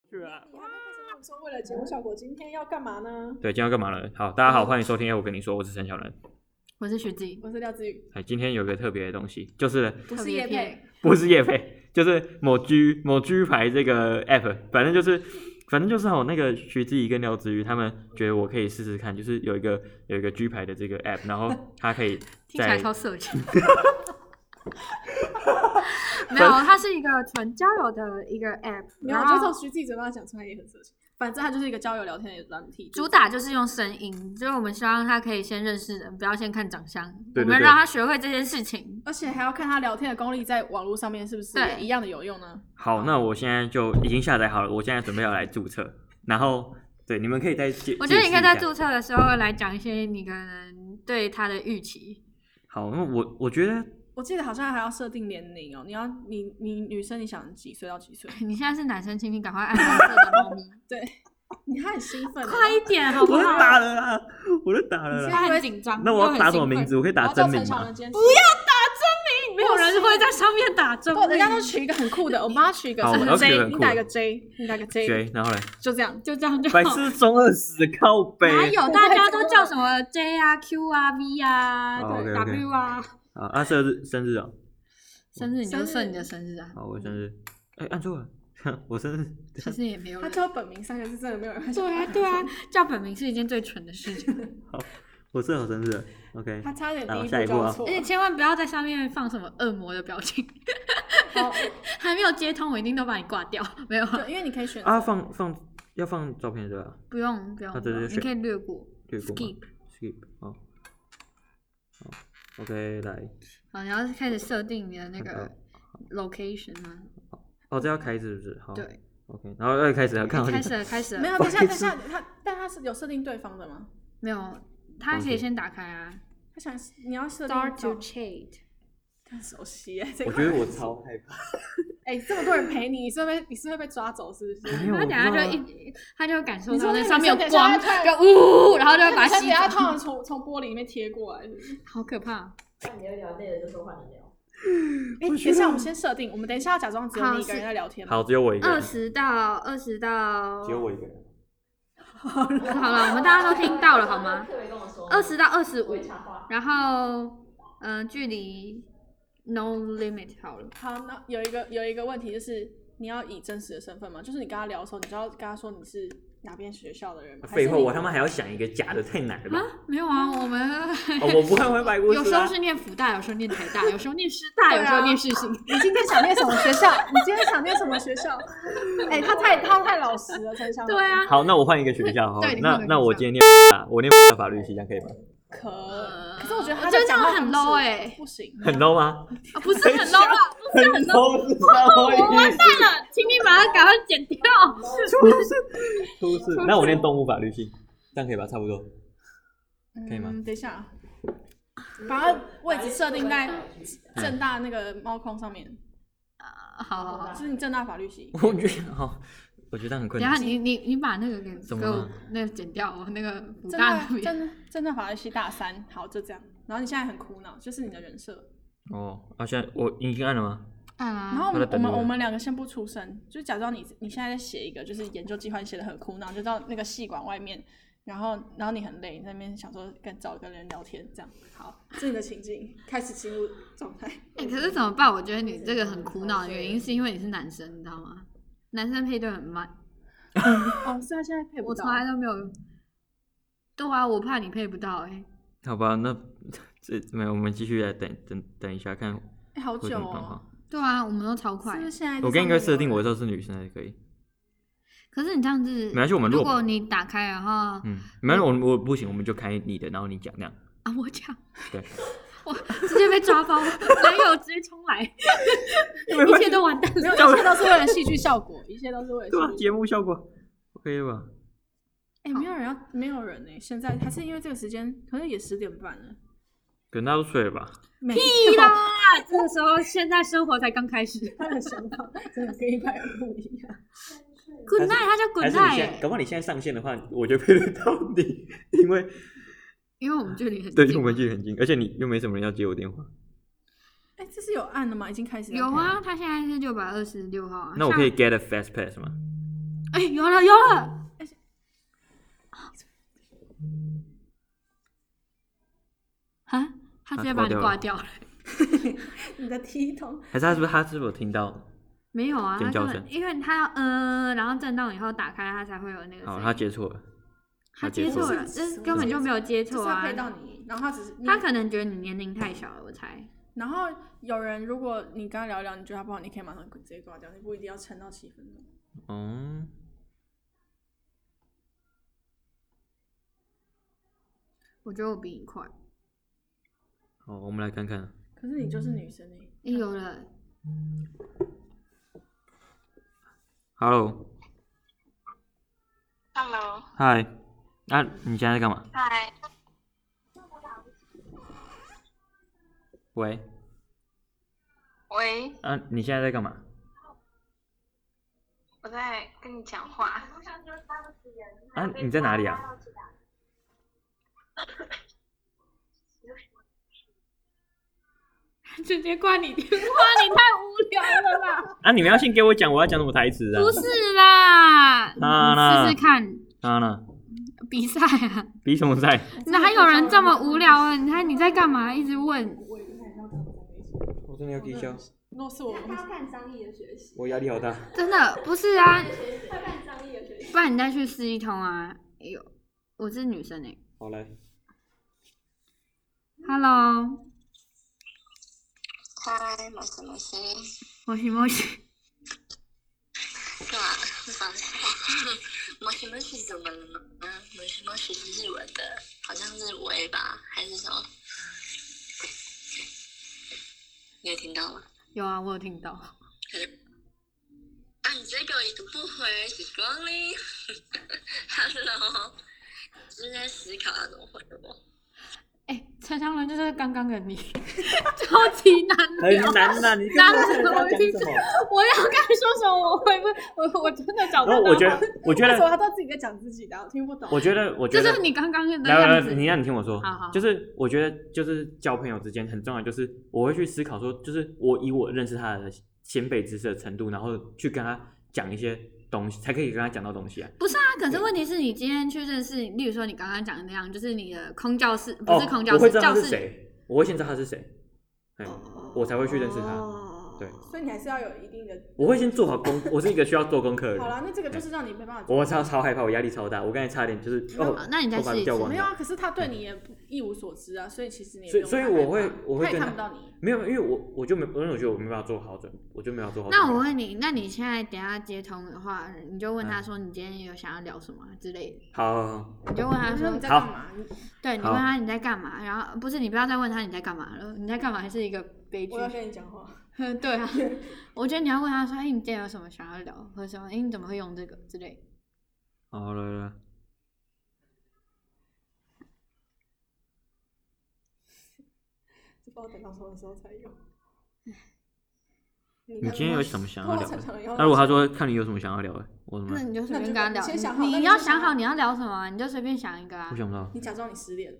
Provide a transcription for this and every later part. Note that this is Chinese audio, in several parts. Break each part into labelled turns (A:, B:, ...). A: 了。
B: 你还没开始跟
C: 啊
B: 我说为了节目效果，今天要干嘛呢？
A: 对，今天要干嘛呢？好，大家
C: 嗯
A: 好，欢迎收听。哎，我跟你说，我是陈小仁。
C: 我是徐静，
B: 我是廖子宇，
A: 哎，今天有个特别的东西，就是
B: 不
C: 特
B: 是
C: 别
B: 叶
C: 篇
B: 佩，
A: 不是夜配，就是某居某居牌这个 app，反正就是反正就是哦，那个徐志怡跟廖子瑜他们觉得我可以试试看，就是有一个有一个居牌的这个 app，然后 它可以
C: 听起来
A: 在
C: 超色情。 没有，它是一个纯交友的一个 app，
B: 没有，
C: 然
B: 我觉得
C: 后
B: 从徐记者那讲出来也很色情。反正它就是一个交友聊天的软体，
C: 主打就是用声音，就是我们希望他可以先认识人，不要先看长相，
A: 对对
C: 我们
A: 对
C: 让他学会这件事情。
B: 而且还要看他聊天的功力在网络上面是不是
C: 对
B: 一样的有用呢？
A: 好，那我现在就已经下载好了，我现在准备要来注册，然后对你们可以再解，
C: 我觉得
A: 解
C: 你
A: 释
C: 可以
A: 一下
C: 在注册的时候来讲一些你可能对他的预期。
A: 好，那我我觉得
B: 我记得好像还要设定年龄哦，你要你你女生你想几岁到几岁？
C: 你现在是男生，请你赶快按红色 的猫咪，
B: 你还很兴奋哦，
C: 快一点好不
A: 我
C: 好
A: 就？打了啦，我就打了
C: 现
A: 啦。
C: 在很紧张，
A: 那我
C: 又
A: 要
C: 很
A: 打什么
C: 兴奋
A: 名字？？我可以
B: 然
A: 打
B: 后叫
A: 真
B: 陈
A: 名
B: 小
A: 吗
B: 人？今天不要，
C: 没有人会在上面打中
B: 对，人家都取一个很酷的，我帮他取一个
A: 好
B: 什么
A: 我要取一个
B: J，
A: 很
B: 你
A: 酷的
B: 打一个 J，你打一个 J，
A: 对，然后嘞，
B: 就这样。
C: 就这样就
A: 百
C: 好。
A: 事中二死靠背。
C: 哪有？大家都叫什么 J 啊、Q 啊、V 啊、
A: 哦
C: 对
A: OK，OK
C: W 啊？
A: 啊啊，生日生日哦，
C: 生日你就
B: 生日
C: 算你的生日啊，
A: 好，我生日，哎，按错了，我生日。
C: 其实也没有
B: 他
C: 人。
B: 叫本名三个字，真的没有人会想
C: 对啊，对啊，叫本名是一件最蠢的事情，
A: 我是我生日，OK，
B: 他差点
A: 好
B: 第一
A: 下
B: 步
A: 一
B: 就
A: 步啊
B: 要错
C: 而且千万不要在上面放什么恶魔的表情，
B: 好，
C: 还没有接通，我一定都把你挂掉。没有啊，
B: 对，因为你可以选择
A: 啊，放放要放照片对吧？
C: 不用不用，
A: 啊
C: 不
A: 对对
C: 用
A: 对
C: 你可以略过。
A: 略过吗
C: Skip
A: skip 好，好，OK，来，
C: 好，然后开始设定你的那
A: 好
C: 个 location 啊，
A: 哦，这要开是不是？好，
C: 对，
A: ，OK，然后要开始了，看好你
C: 开，始了，开 始
B: 没
C: 了，
A: 不
B: 有，等
A: 好意
B: 一下，等一
A: 思
B: 下，他但他是有设定对方的吗？
C: 没有，他可以
A: OK
C: 先打开啊
B: 他想你要设定
C: ，start to
B: 到
C: chat。
B: 很熟悉耶，啊这
A: 我
B: 个
A: 觉得我超害 怕。
B: 哎，这么多人陪你，你是会被你是会被抓走是 不是？
A: 没有，
C: 他
A: 我
C: 等
A: 不
C: 下
A: 知道
C: 就
A: 啊
C: 一，他就感受
B: 你
C: 到
B: 说
C: 那
B: 那
C: 上面
B: 女
C: 有
B: 生
C: 光，
B: 等下
C: 就呜，然后就
B: 那
C: 会把它
B: 女生
C: 吸
B: 等下
C: 走
B: 突，然从从玻璃里面贴过来，是不是？
C: 好可怕。
D: 那你要聊累了就说换人聊。
B: 哎，等一下，我们先设定，我们等一下要假装只有
C: 好
B: 你一个人
C: 是
B: 在聊天。
A: 好，，只有我一个
C: 二
A: 人，
C: 十到二十到，
A: 只有我一个人。
C: 好了，我们大家都听到了好吗？
D: 特别跟我说
C: 二十到二十
D: 我
C: 五
D: 也，插话。
C: 然后嗯，距离 no limit 好了。
B: 好，那有一个有一个问题就是，你要以真实的身份吗？就是你跟他聊的时候，你就要跟他说你是哪边学校的人吗？还是
A: 废话，
B: 你
A: 我他妈还要想一个假的，太难了吧？
C: 没有啊，我们
A: 哦，我不会会白故
C: 有
A: 事
C: 时
A: 啊
C: 候。是念福大，有时候念台大，有时候念师大，
B: 对啊
C: 有时候念 世新。
B: 你今天想念什么学 校？你今天想念什么学校？哎、他太他太老实了，陈翔。
C: 对，啊，
A: 好，那我换一个学校哈
C: 对。你
A: 那
C: 换个
A: 那
C: 学
A: 我
C: 校
A: 今天念我念法律系，这样可以吗？
B: 可
C: 呃
B: 可是我觉得他
C: 我觉
B: 在
C: 得这
B: 讲
C: 样
B: 话
C: 很
B: 方
C: low
B: 式
C: 哎，
B: 不行，
A: 很 low 吗？
C: 啊不是很 low 啊，不是很 low。
A: low 是什
C: 我
A: 么
C: 完
A: 意思？
C: 蛋了，请你把它赶快剪掉。
A: 出事出事！那我念动物法律系，这样可以吧？差不多。可以吗
B: 嗯、等一下啊，把他位置设定在正大那个猫框上面，
C: 好好好
B: 就。是你正大法律系。
A: 我觉得好，我觉得这样很困
C: 等一下，
A: 难。
C: 你你你把那个给
A: 怎么
C: 给我
A: 了
C: 那个剪掉，我那个不
B: 正
C: 大
B: 大
C: 那边。
B: 正正大法律系大三，好就这样。然后你现在很苦恼，就是你的人设。
A: 哦，啊，现在我已经按了吗？
C: 啊
B: 然后我
A: 他在
B: 们我
A: 等
B: 们
A: 你
B: 我们两个先不出声，就假装你你现在在写一个，就是研究计划你写的很苦恼，就到那个细管外面，然后然后你很累，你在那边想说跟找一个人聊天这样。好，这是你的情境，开始进入状态。
C: 哎、可是怎么办？我觉得你这个很苦恼的原因是因为你是男生，你知道吗？男生配对很慢，
B: 哦，是啊，现在配不
C: 我
B: 到
C: 从。来都没有。对啊，我怕你配不到哎、
A: 好吧，那 这没有，我们继续来等等等一下看
B: 哎，好
A: 会什
B: 久
A: 么状况
B: 哦，。
C: 对啊，我们都超快
B: 是不。是现在？
A: 我跟应该设定 我。这是女生才可以。
C: 可是你这样子，
A: 没关系我们如
C: 嗯如
A: 果
C: 果你打开然后、
A: 嗯，没有，我我不行，我们就开你的，然后你讲那样。
C: 啊，我讲，
A: 对，
C: 我直接被抓包，男友直接冲 来，一切都完蛋
B: 没
C: 了。
B: 有，一切都是为了戏剧效果，一切都是为
A: 对啊吧
B: 了？戏剧。
A: 节目效果 OK 吧？
B: 哎，没有人要，没有人哎，现在还是因为这个时间，可能也十点半了。
A: 等大家都睡了吧？
B: 没
C: 屁啦！啊这个时候，现在生活才刚开始。
B: 他的想法真的跟一般人不一样。
C: Good night，他叫 Good
A: 还是你
C: night，
A: 现在，
C: 欸
A: 搞不好你现在上线的话，我就配得到你，因为
C: 因为我们距离 很
A: 对，
C: 近
A: 我们
C: 嘛
A: 距离很近，而且你又没什么人要接我电话，
B: 哎，这是有按了吗？已经开始了
C: 啊有啊，他现在是六百二十六号啊。
A: 那我
C: 像
A: 可以 get a fast pass 吗？
C: 哎、有了有了，啊，他直接把你挂掉了。
B: 你的踢桶，
A: 还是他是不是他是不是有听到？
C: 没有啊，他
A: 尖叫
C: 根
A: 声
C: 本因为他要呃，然后震动以后打开，它才会有那个声
A: 好，
C: 音。
A: 哦他接错了，
C: 他
A: 接
C: 接
A: 错
C: 错
A: 了
C: 了，
B: 是
C: 这
B: 什么
C: 根本就没有接
B: 就是
C: 错
B: 他
C: 啊
B: 配。到你，然后他只是
C: 他可能觉得你年龄太小了，我猜。
B: 然后有人，如果你跟他聊一聊，你觉得他不好，你可以马上直接挂掉，你不一定要撑到七分钟。
A: 嗯，
C: 我觉得我比你快。
A: 好，我们来看看，
B: 可是你就是女生哎、
C: 哎、有了，
A: Hello，
E: Hello，
A: 嗨，那、啊你现在在干嘛？
E: 嗨，
A: 喂，
E: 喂，
A: 啊，你现在在干嘛？
E: 我在跟你讲话，
A: 啊，你在哪里啊？
C: 直接挂你电话，你太无聊了啦！
A: 啊，你们要先给我讲我要讲什么台词啊
C: 不？是啦，
A: 那那
C: 你试试看
A: 啊呢，
C: 比赛啊！
A: 比什么赛？
C: 那还有人这么无聊啊？你看你在干嘛？一直问。
A: 我真的要低消，
B: 若是我，
D: 他要看张毅的学习，
A: 我压力好大。
C: 真的不是啊，
D: 他要看张毅的学习。
C: 不然你再去试一通啊！哎呦，我是女生哎、
A: 好来，
C: Hello，
E: 嗨，老师老师，
C: 莫西莫西，
E: 干嘛？放错？ 摩西摩西怎么了呢？摩西摩西是日文的，好像是喂吧，还是什么？你有听到吗？
C: 有啊，我有听到。
E: 啊，你直接给我一个不回，是光临。Hello，正在思考要怎么回我。
C: 哎、陈祥伦就是刚刚的你， 超级难
A: 很
C: 聊。
A: 难啊呐、你
C: 难
A: 刚刚在
C: 我
A: 讲
C: 听
A: 什么？
C: 我要该说什么？我回不，我我真的找不
A: 然
C: 到。
A: 后我觉得，我觉
B: 为什么
A: 得，
B: 他都自己在讲自己的啊、我听不懂。
A: 我觉得，我觉
C: 这
A: 得
C: 就是，你刚刚的
A: 来来
C: 样
A: 来，
C: 子。
A: 你让你听我说
C: 好好，
A: 就是我觉得，就是交朋友之间很重要，就是我会去思考说，就是我以我认识他的先辈知识的程度，然后去跟他讲一些东西，才可以跟他讲到东西啊。
C: 不是啊，可是问题是你今天去认识，例如说你刚刚讲的那样，就是你的空教室，不
A: 哦，
C: 是空教
A: 我会
C: 室，
A: 知道
C: 教
A: 他是
C: 室。
A: 谁，我会先知道他是谁，对，我才会去认识他。
C: 哦
A: 对
B: 所以你还是要有一定的。
A: 我会先做好功，我是一个需要做功课的
B: 好
A: 人。
B: 啦，那这个就是让你没办法做。
A: 我超超害怕，我压力超大，我刚才差点就是哦
C: 好，那你再
A: 头发
C: 试一
A: 掉
C: 次
A: 光。
B: 没有啊，可是他对你也不一无所知啊，所以其实你也
A: 所以
B: 不用
A: 所以
B: 太害怕
A: 我会我会
B: 他也
A: 跟
B: 看
A: 他
B: 不到你。
A: 没有，因为我我就没，因为我觉得我没办法做好准，我就没有做好准备。
C: 那我问你，那你现在等一下接通的话，你就问
A: 嗯
C: 他说你今天有想要聊什么啊之类的，
A: 好好好
C: 你就问他
B: 你说
C: 说
B: 你在干嘛？你
C: 对你
A: 好
C: 问他你在干嘛，然后不是你不要再问他你在干嘛了，你在干嘛是一个悲剧
B: 我。要跟你讲话。
C: 对啊，我觉得你要问他说，哎、你今天有什么想要聊，或者什么，哎、你怎么会用这个之类。
A: 好来来，
B: 这不知道等到什么时候才有。你
A: 你今天有什么想要聊的
B: 的
A: 那如果他说看你有什么想要聊的，我怎么
C: 那
A: 办？
C: 你就随
B: 那
C: 便
B: 就
C: 跟他
B: 你
C: 聊，
B: 先想好
C: 你
B: 那
C: 你
B: 你
C: 要
B: 先
C: 想
B: 想
C: 好
B: 好
C: 你要聊什么啊，你就随便想一个啊
A: 我。想不到，
B: 你假装你失恋，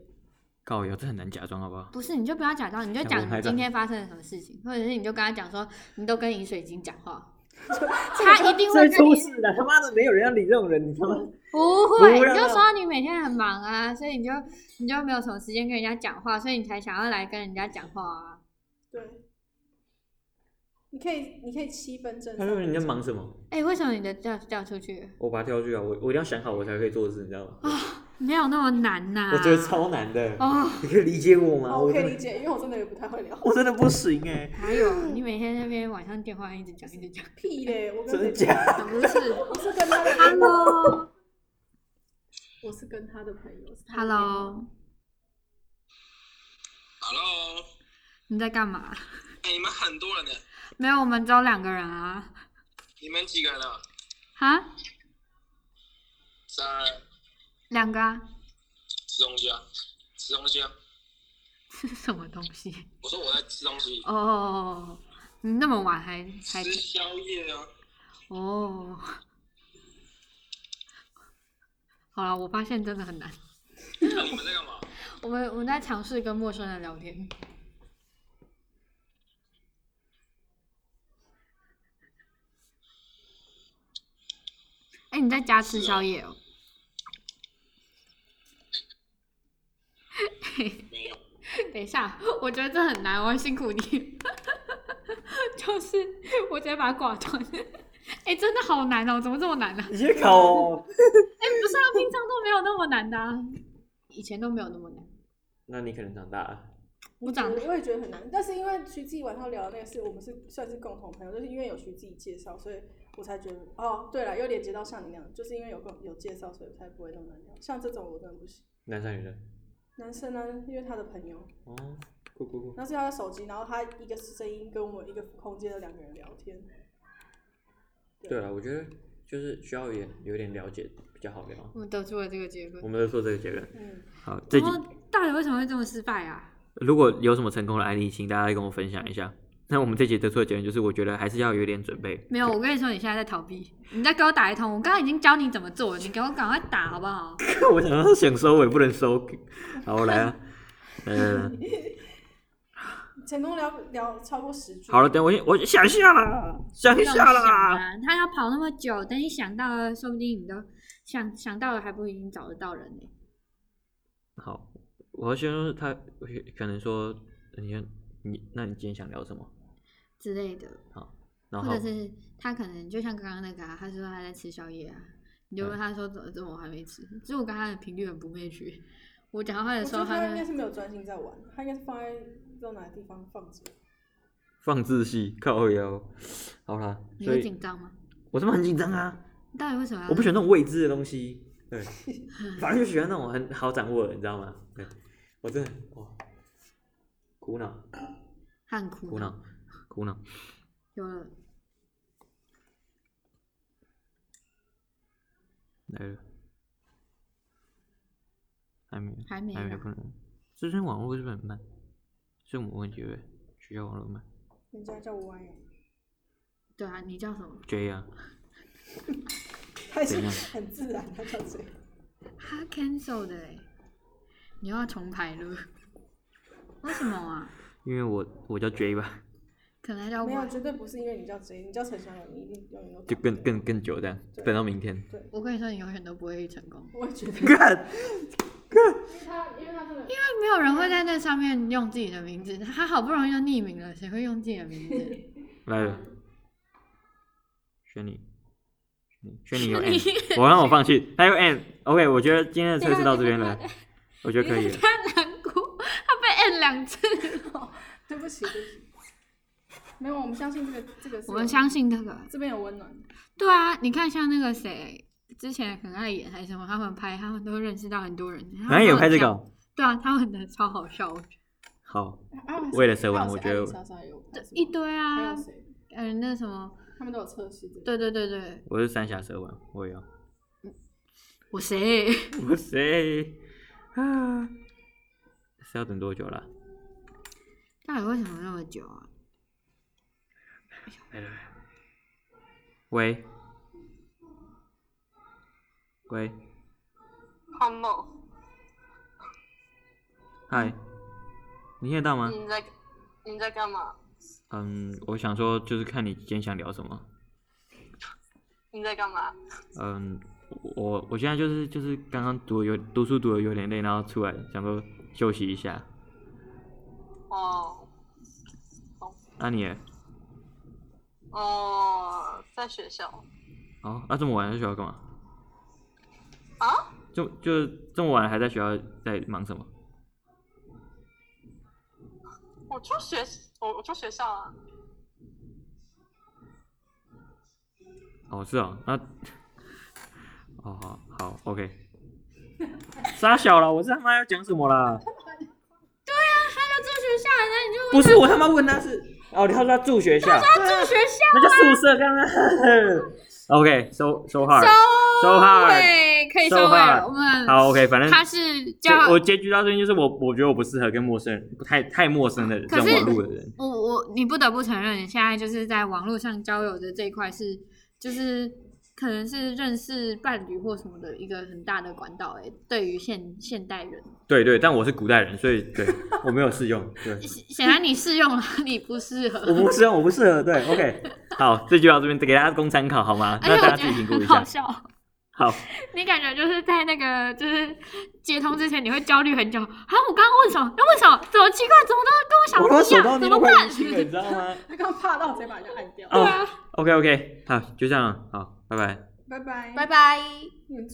A: 靠腰这很难假装，好不好？
C: 不是，你就不要假装，你就
A: 想
C: 讲
A: 不开的
C: 你今天发生了什么事情，或者是你就跟他讲说，你都跟饮水晶讲话，
B: 这
C: 他一定会跟你嗯
A: 的，他妈的没有人要理这种人，你他妈！
C: 不会，
A: 不啊
C: 你
A: 让
C: 就
A: 他
C: 说你每天很忙啊，所以你就你就没有什么时间跟人家讲话，所以你才想要来跟人家讲话啊。
B: 对。你可以，你可以七分正。
A: 他说你在忙什么？
C: 哎、为什么你的掉掉出去了？
A: 我把它挑去啊，我我一定要想好我才可以做的事，你知道吗？
C: 没有那么难呐、
A: 我觉得超难的，
C: 啊哦，
A: 你可以理解我吗？
B: 哦，我
A: 我
B: 可
A: 真
B: 以理
A: 的
B: 解，因为我真的也不太会聊。
A: 我真的不行哎，
C: 还有你每天那边晚上电话一直讲一直讲，
B: 屁嘞，我跟
A: 真的
B: 谁
A: 假的？
C: 不 是
B: 我是跟他的，
C: ？Hello
B: 我是跟他的朋友。是他的朋友
C: Hello，
F: Hello，
C: 你在干嘛？
F: 哎、你们很多人呢，
C: 没有，我们只有两个人啊。
F: 你们几个人啊？
C: 哈，
F: 在
C: 两个啊？
F: 吃东西啊，吃东西啊。
C: 这是什么东西？
F: 我说我在吃东西，
C: 哦，你那么晚还还
F: 吃宵夜啊。
C: 哦，好了，我发现真的很难。
F: 那、你们在干嘛？
C: 我们我们在尝试跟陌生人聊天，哎、你在家吃宵夜哦、
F: 没有，
C: 等一下，我觉得这很难，我会辛苦你。 就是我直接把它挂断。哎、真的好难哦、怎么这么难呢、啊？
G: 你去考哦。
C: 哎、不是啊，平常都没有那么难的、啊，以前都没有那么难。
A: 那你可能长大了，
C: 我长
B: 我也觉得很难，但是因为徐自己晚上聊的那个事，我们是算是共同朋友，就是因为有徐自己介绍，所以我才觉得哦，对了，又连接到像你那样，就是因为有共有介绍，所以才不会那么难聊。像这种我真的不行。
A: 男生女生，
B: 男生呢，因为他的朋友，
A: 哦，酷酷酷，
B: 那是他的手机，然后他一个声音跟我们一个空间的两个人聊天。
A: 对啊了，我觉得就是需要有点有点了解比较好聊。
C: 我们得出了这个结论
A: 我。们在做这个结论，
B: 嗯，
A: 好，这
C: 然
A: 集
C: 后哦到底为什么会这么失败啊？
A: 如果有什么成功的案例，请大家跟我分享一下。那我们这集得出的结论就是，我觉得还是要有点准备。
C: 没有，我跟你说，你现在在逃避，你再给我打一通。我刚刚已经教你怎么做了，你给我赶快打好不好？
A: 我想要想收尾不能收，好，我来 啊，呃来来来，
B: 成功聊聊超过十句。
A: 好了，等我先我想一下啦，想一
C: 不用
A: 下
C: 想
A: 啦。
C: 啊，他要跑那么久，等你想到了，说不定你都想想到了，还不一定找得到人呢、
A: 好，我要先说他，我可能说，你看你，那你今天想聊什么？
C: 之类的。
A: 然
C: 或
A: 后
C: 者是他可能就像刚刚那个、啊，他说他在吃宵夜啊，你就问他说怎么怎么我还没吃？其实我跟他的频率很不 match。我讲话
B: 我
C: 的时
B: 觉
C: 候，
B: 得他
C: 他
B: 应
C: 就
B: 该是没有专心在玩，他应该是放在不知道哪个地方放着。
A: 放置系靠腰，好啦，
C: 你
A: 所
C: 会
A: 以
C: 紧张吗？
A: 我是不是很紧张啊？
C: 你到底为什么要？
A: 我不喜欢那种未知的东西， 对，反正就喜欢那种很好掌握的，你知道吗？对，我真的哇，苦恼，
C: 他很苦
A: 苦恼，苦恼。
C: 有了，
A: 来了，还没有，
C: 还没啊
A: 还没
C: 啦
A: 有，不能。这边网络是不是很慢？是我们问题对不对？学校网络慢
B: 人家叫我哦玩，
C: 对啊，你叫什么？
A: ，J 啊，
B: 他是
A: 怎样
B: 很自然，他叫谁？
C: 他 cancel 的哎，你又要重排了？为什么啊？
A: 因为我我叫 J 吧，
C: 可能他叫
B: 没有，
C: 我。
B: 绝对不是因为你叫谁，你叫陈翔勇，你一定永远都
A: 就
B: 打不
A: 更
B: 赢
A: 更更久这样，等到明天。
B: 对。
C: 我跟你说，你永远都不会成功，
B: 我也觉得，
A: 干，
B: 因为他因为他真的
C: 因为没有人会在那上面用自己的名字。他好不容易就匿名了，谁会用自己的名字？
A: 来了，选你，选你，选你有
C: 选你
A: N，我让我放弃，还有 N，OK，我觉得今天的测试到这边了，我 觉得可以了。
C: 他难过，他被摁两次。
B: 对不起，对不起。没有，我们相信这个这个是有。
C: 我们相信这个。
B: 这边有温暖。
C: 对啊，你看像那个谁，之前很爱演还是什么，他们拍，他们都认识到很多人。他们
A: 南也
C: 都很
A: 拍这个
C: 像
A: 哦，
C: 对啊，他们的超好笑，我觉
A: 好，
B: 啊
A: 为了蛇丸我觉得
B: 莎莎有
C: 得一堆
B: 还
C: 啊
B: 有，谁？
C: 嗯，那什么，
B: 他们都有测试这个。
C: 对对对对，
A: 我是三峡蛇丸，我也要。
C: 我谁？
A: 哇塞，啊，是要等多久了？
C: 到底为什么那么久啊？
A: 来来来，喂，喂，
E: 荒漠，
A: 嗨，你听得到吗？
E: 你在你在干嘛？
A: 嗯，我想说，就是看你今天想聊什么。
E: 你在干嘛？
A: 嗯，我我现在就是就是刚刚读得有读书读的有点累，然后出来想说休息一下。
E: 哦
A: 那、你耶？
E: 哦，在学校
A: 哦，那、这么晚在学校干嘛？
E: 啊？
A: 就就这么晚还在学校在忙什么？
E: 我住学我我住学校啊。
A: 哦，是哦，那，哦，好，好，OK。傻小了，我是他妈要讲什么啦？
C: 他就住学校，那你就
A: 不是我他妈问他是，哦，他说他住学校，啊
C: 住学校啊
A: 那叫宿舍，刚刚。OK，收收 hard，收
C: 尾，可以收尾了。
A: hard
C: 我们
A: 好，OK，反正
C: 他是
A: 这
C: 叫
A: 我结局到这边就是我，我觉得我不适合跟陌生人，不太太陌生的人，这
C: 可
A: 种
C: 是
A: 网络的人。
C: 我我你不得不承认，你现在就是在网络上交友的这一块是，就是可能是认识伴侣或什么的一个很大的管道、欸。对于现现代 人，
A: 对对，但我是古代人，所以对我没有适用。对，
C: 显显然你适用了，你不适
A: 我
C: 合。
A: 不适用，我不适合。对，OK，好，这就到这边，给大家供参考好吗？
C: 而且
A: 啊那大
C: 哎我
A: 家
C: 觉
A: 自己评
C: 得
A: 估一
C: 很
A: 下
C: 好。笑，哦
A: 好，
C: 你感觉就是在那个就是接通之前，你会焦虑很久。啊，我刚刚问什么？要问什么？怎么奇怪？怎么都
A: 我
C: 跟我
A: 刚
C: 想
A: 手
C: 的
A: 到
C: 不
A: 你都
C: 一样？怎么
A: 快
C: 办
A: 不？ 行了，你知道吗？
B: 他刚怕到，直接把人家按掉。
A: 哦
C: 对啊。
A: ，OK OK，好，就这样了，好，拜拜。
B: 拜拜，
G: 拜拜。
B: 你们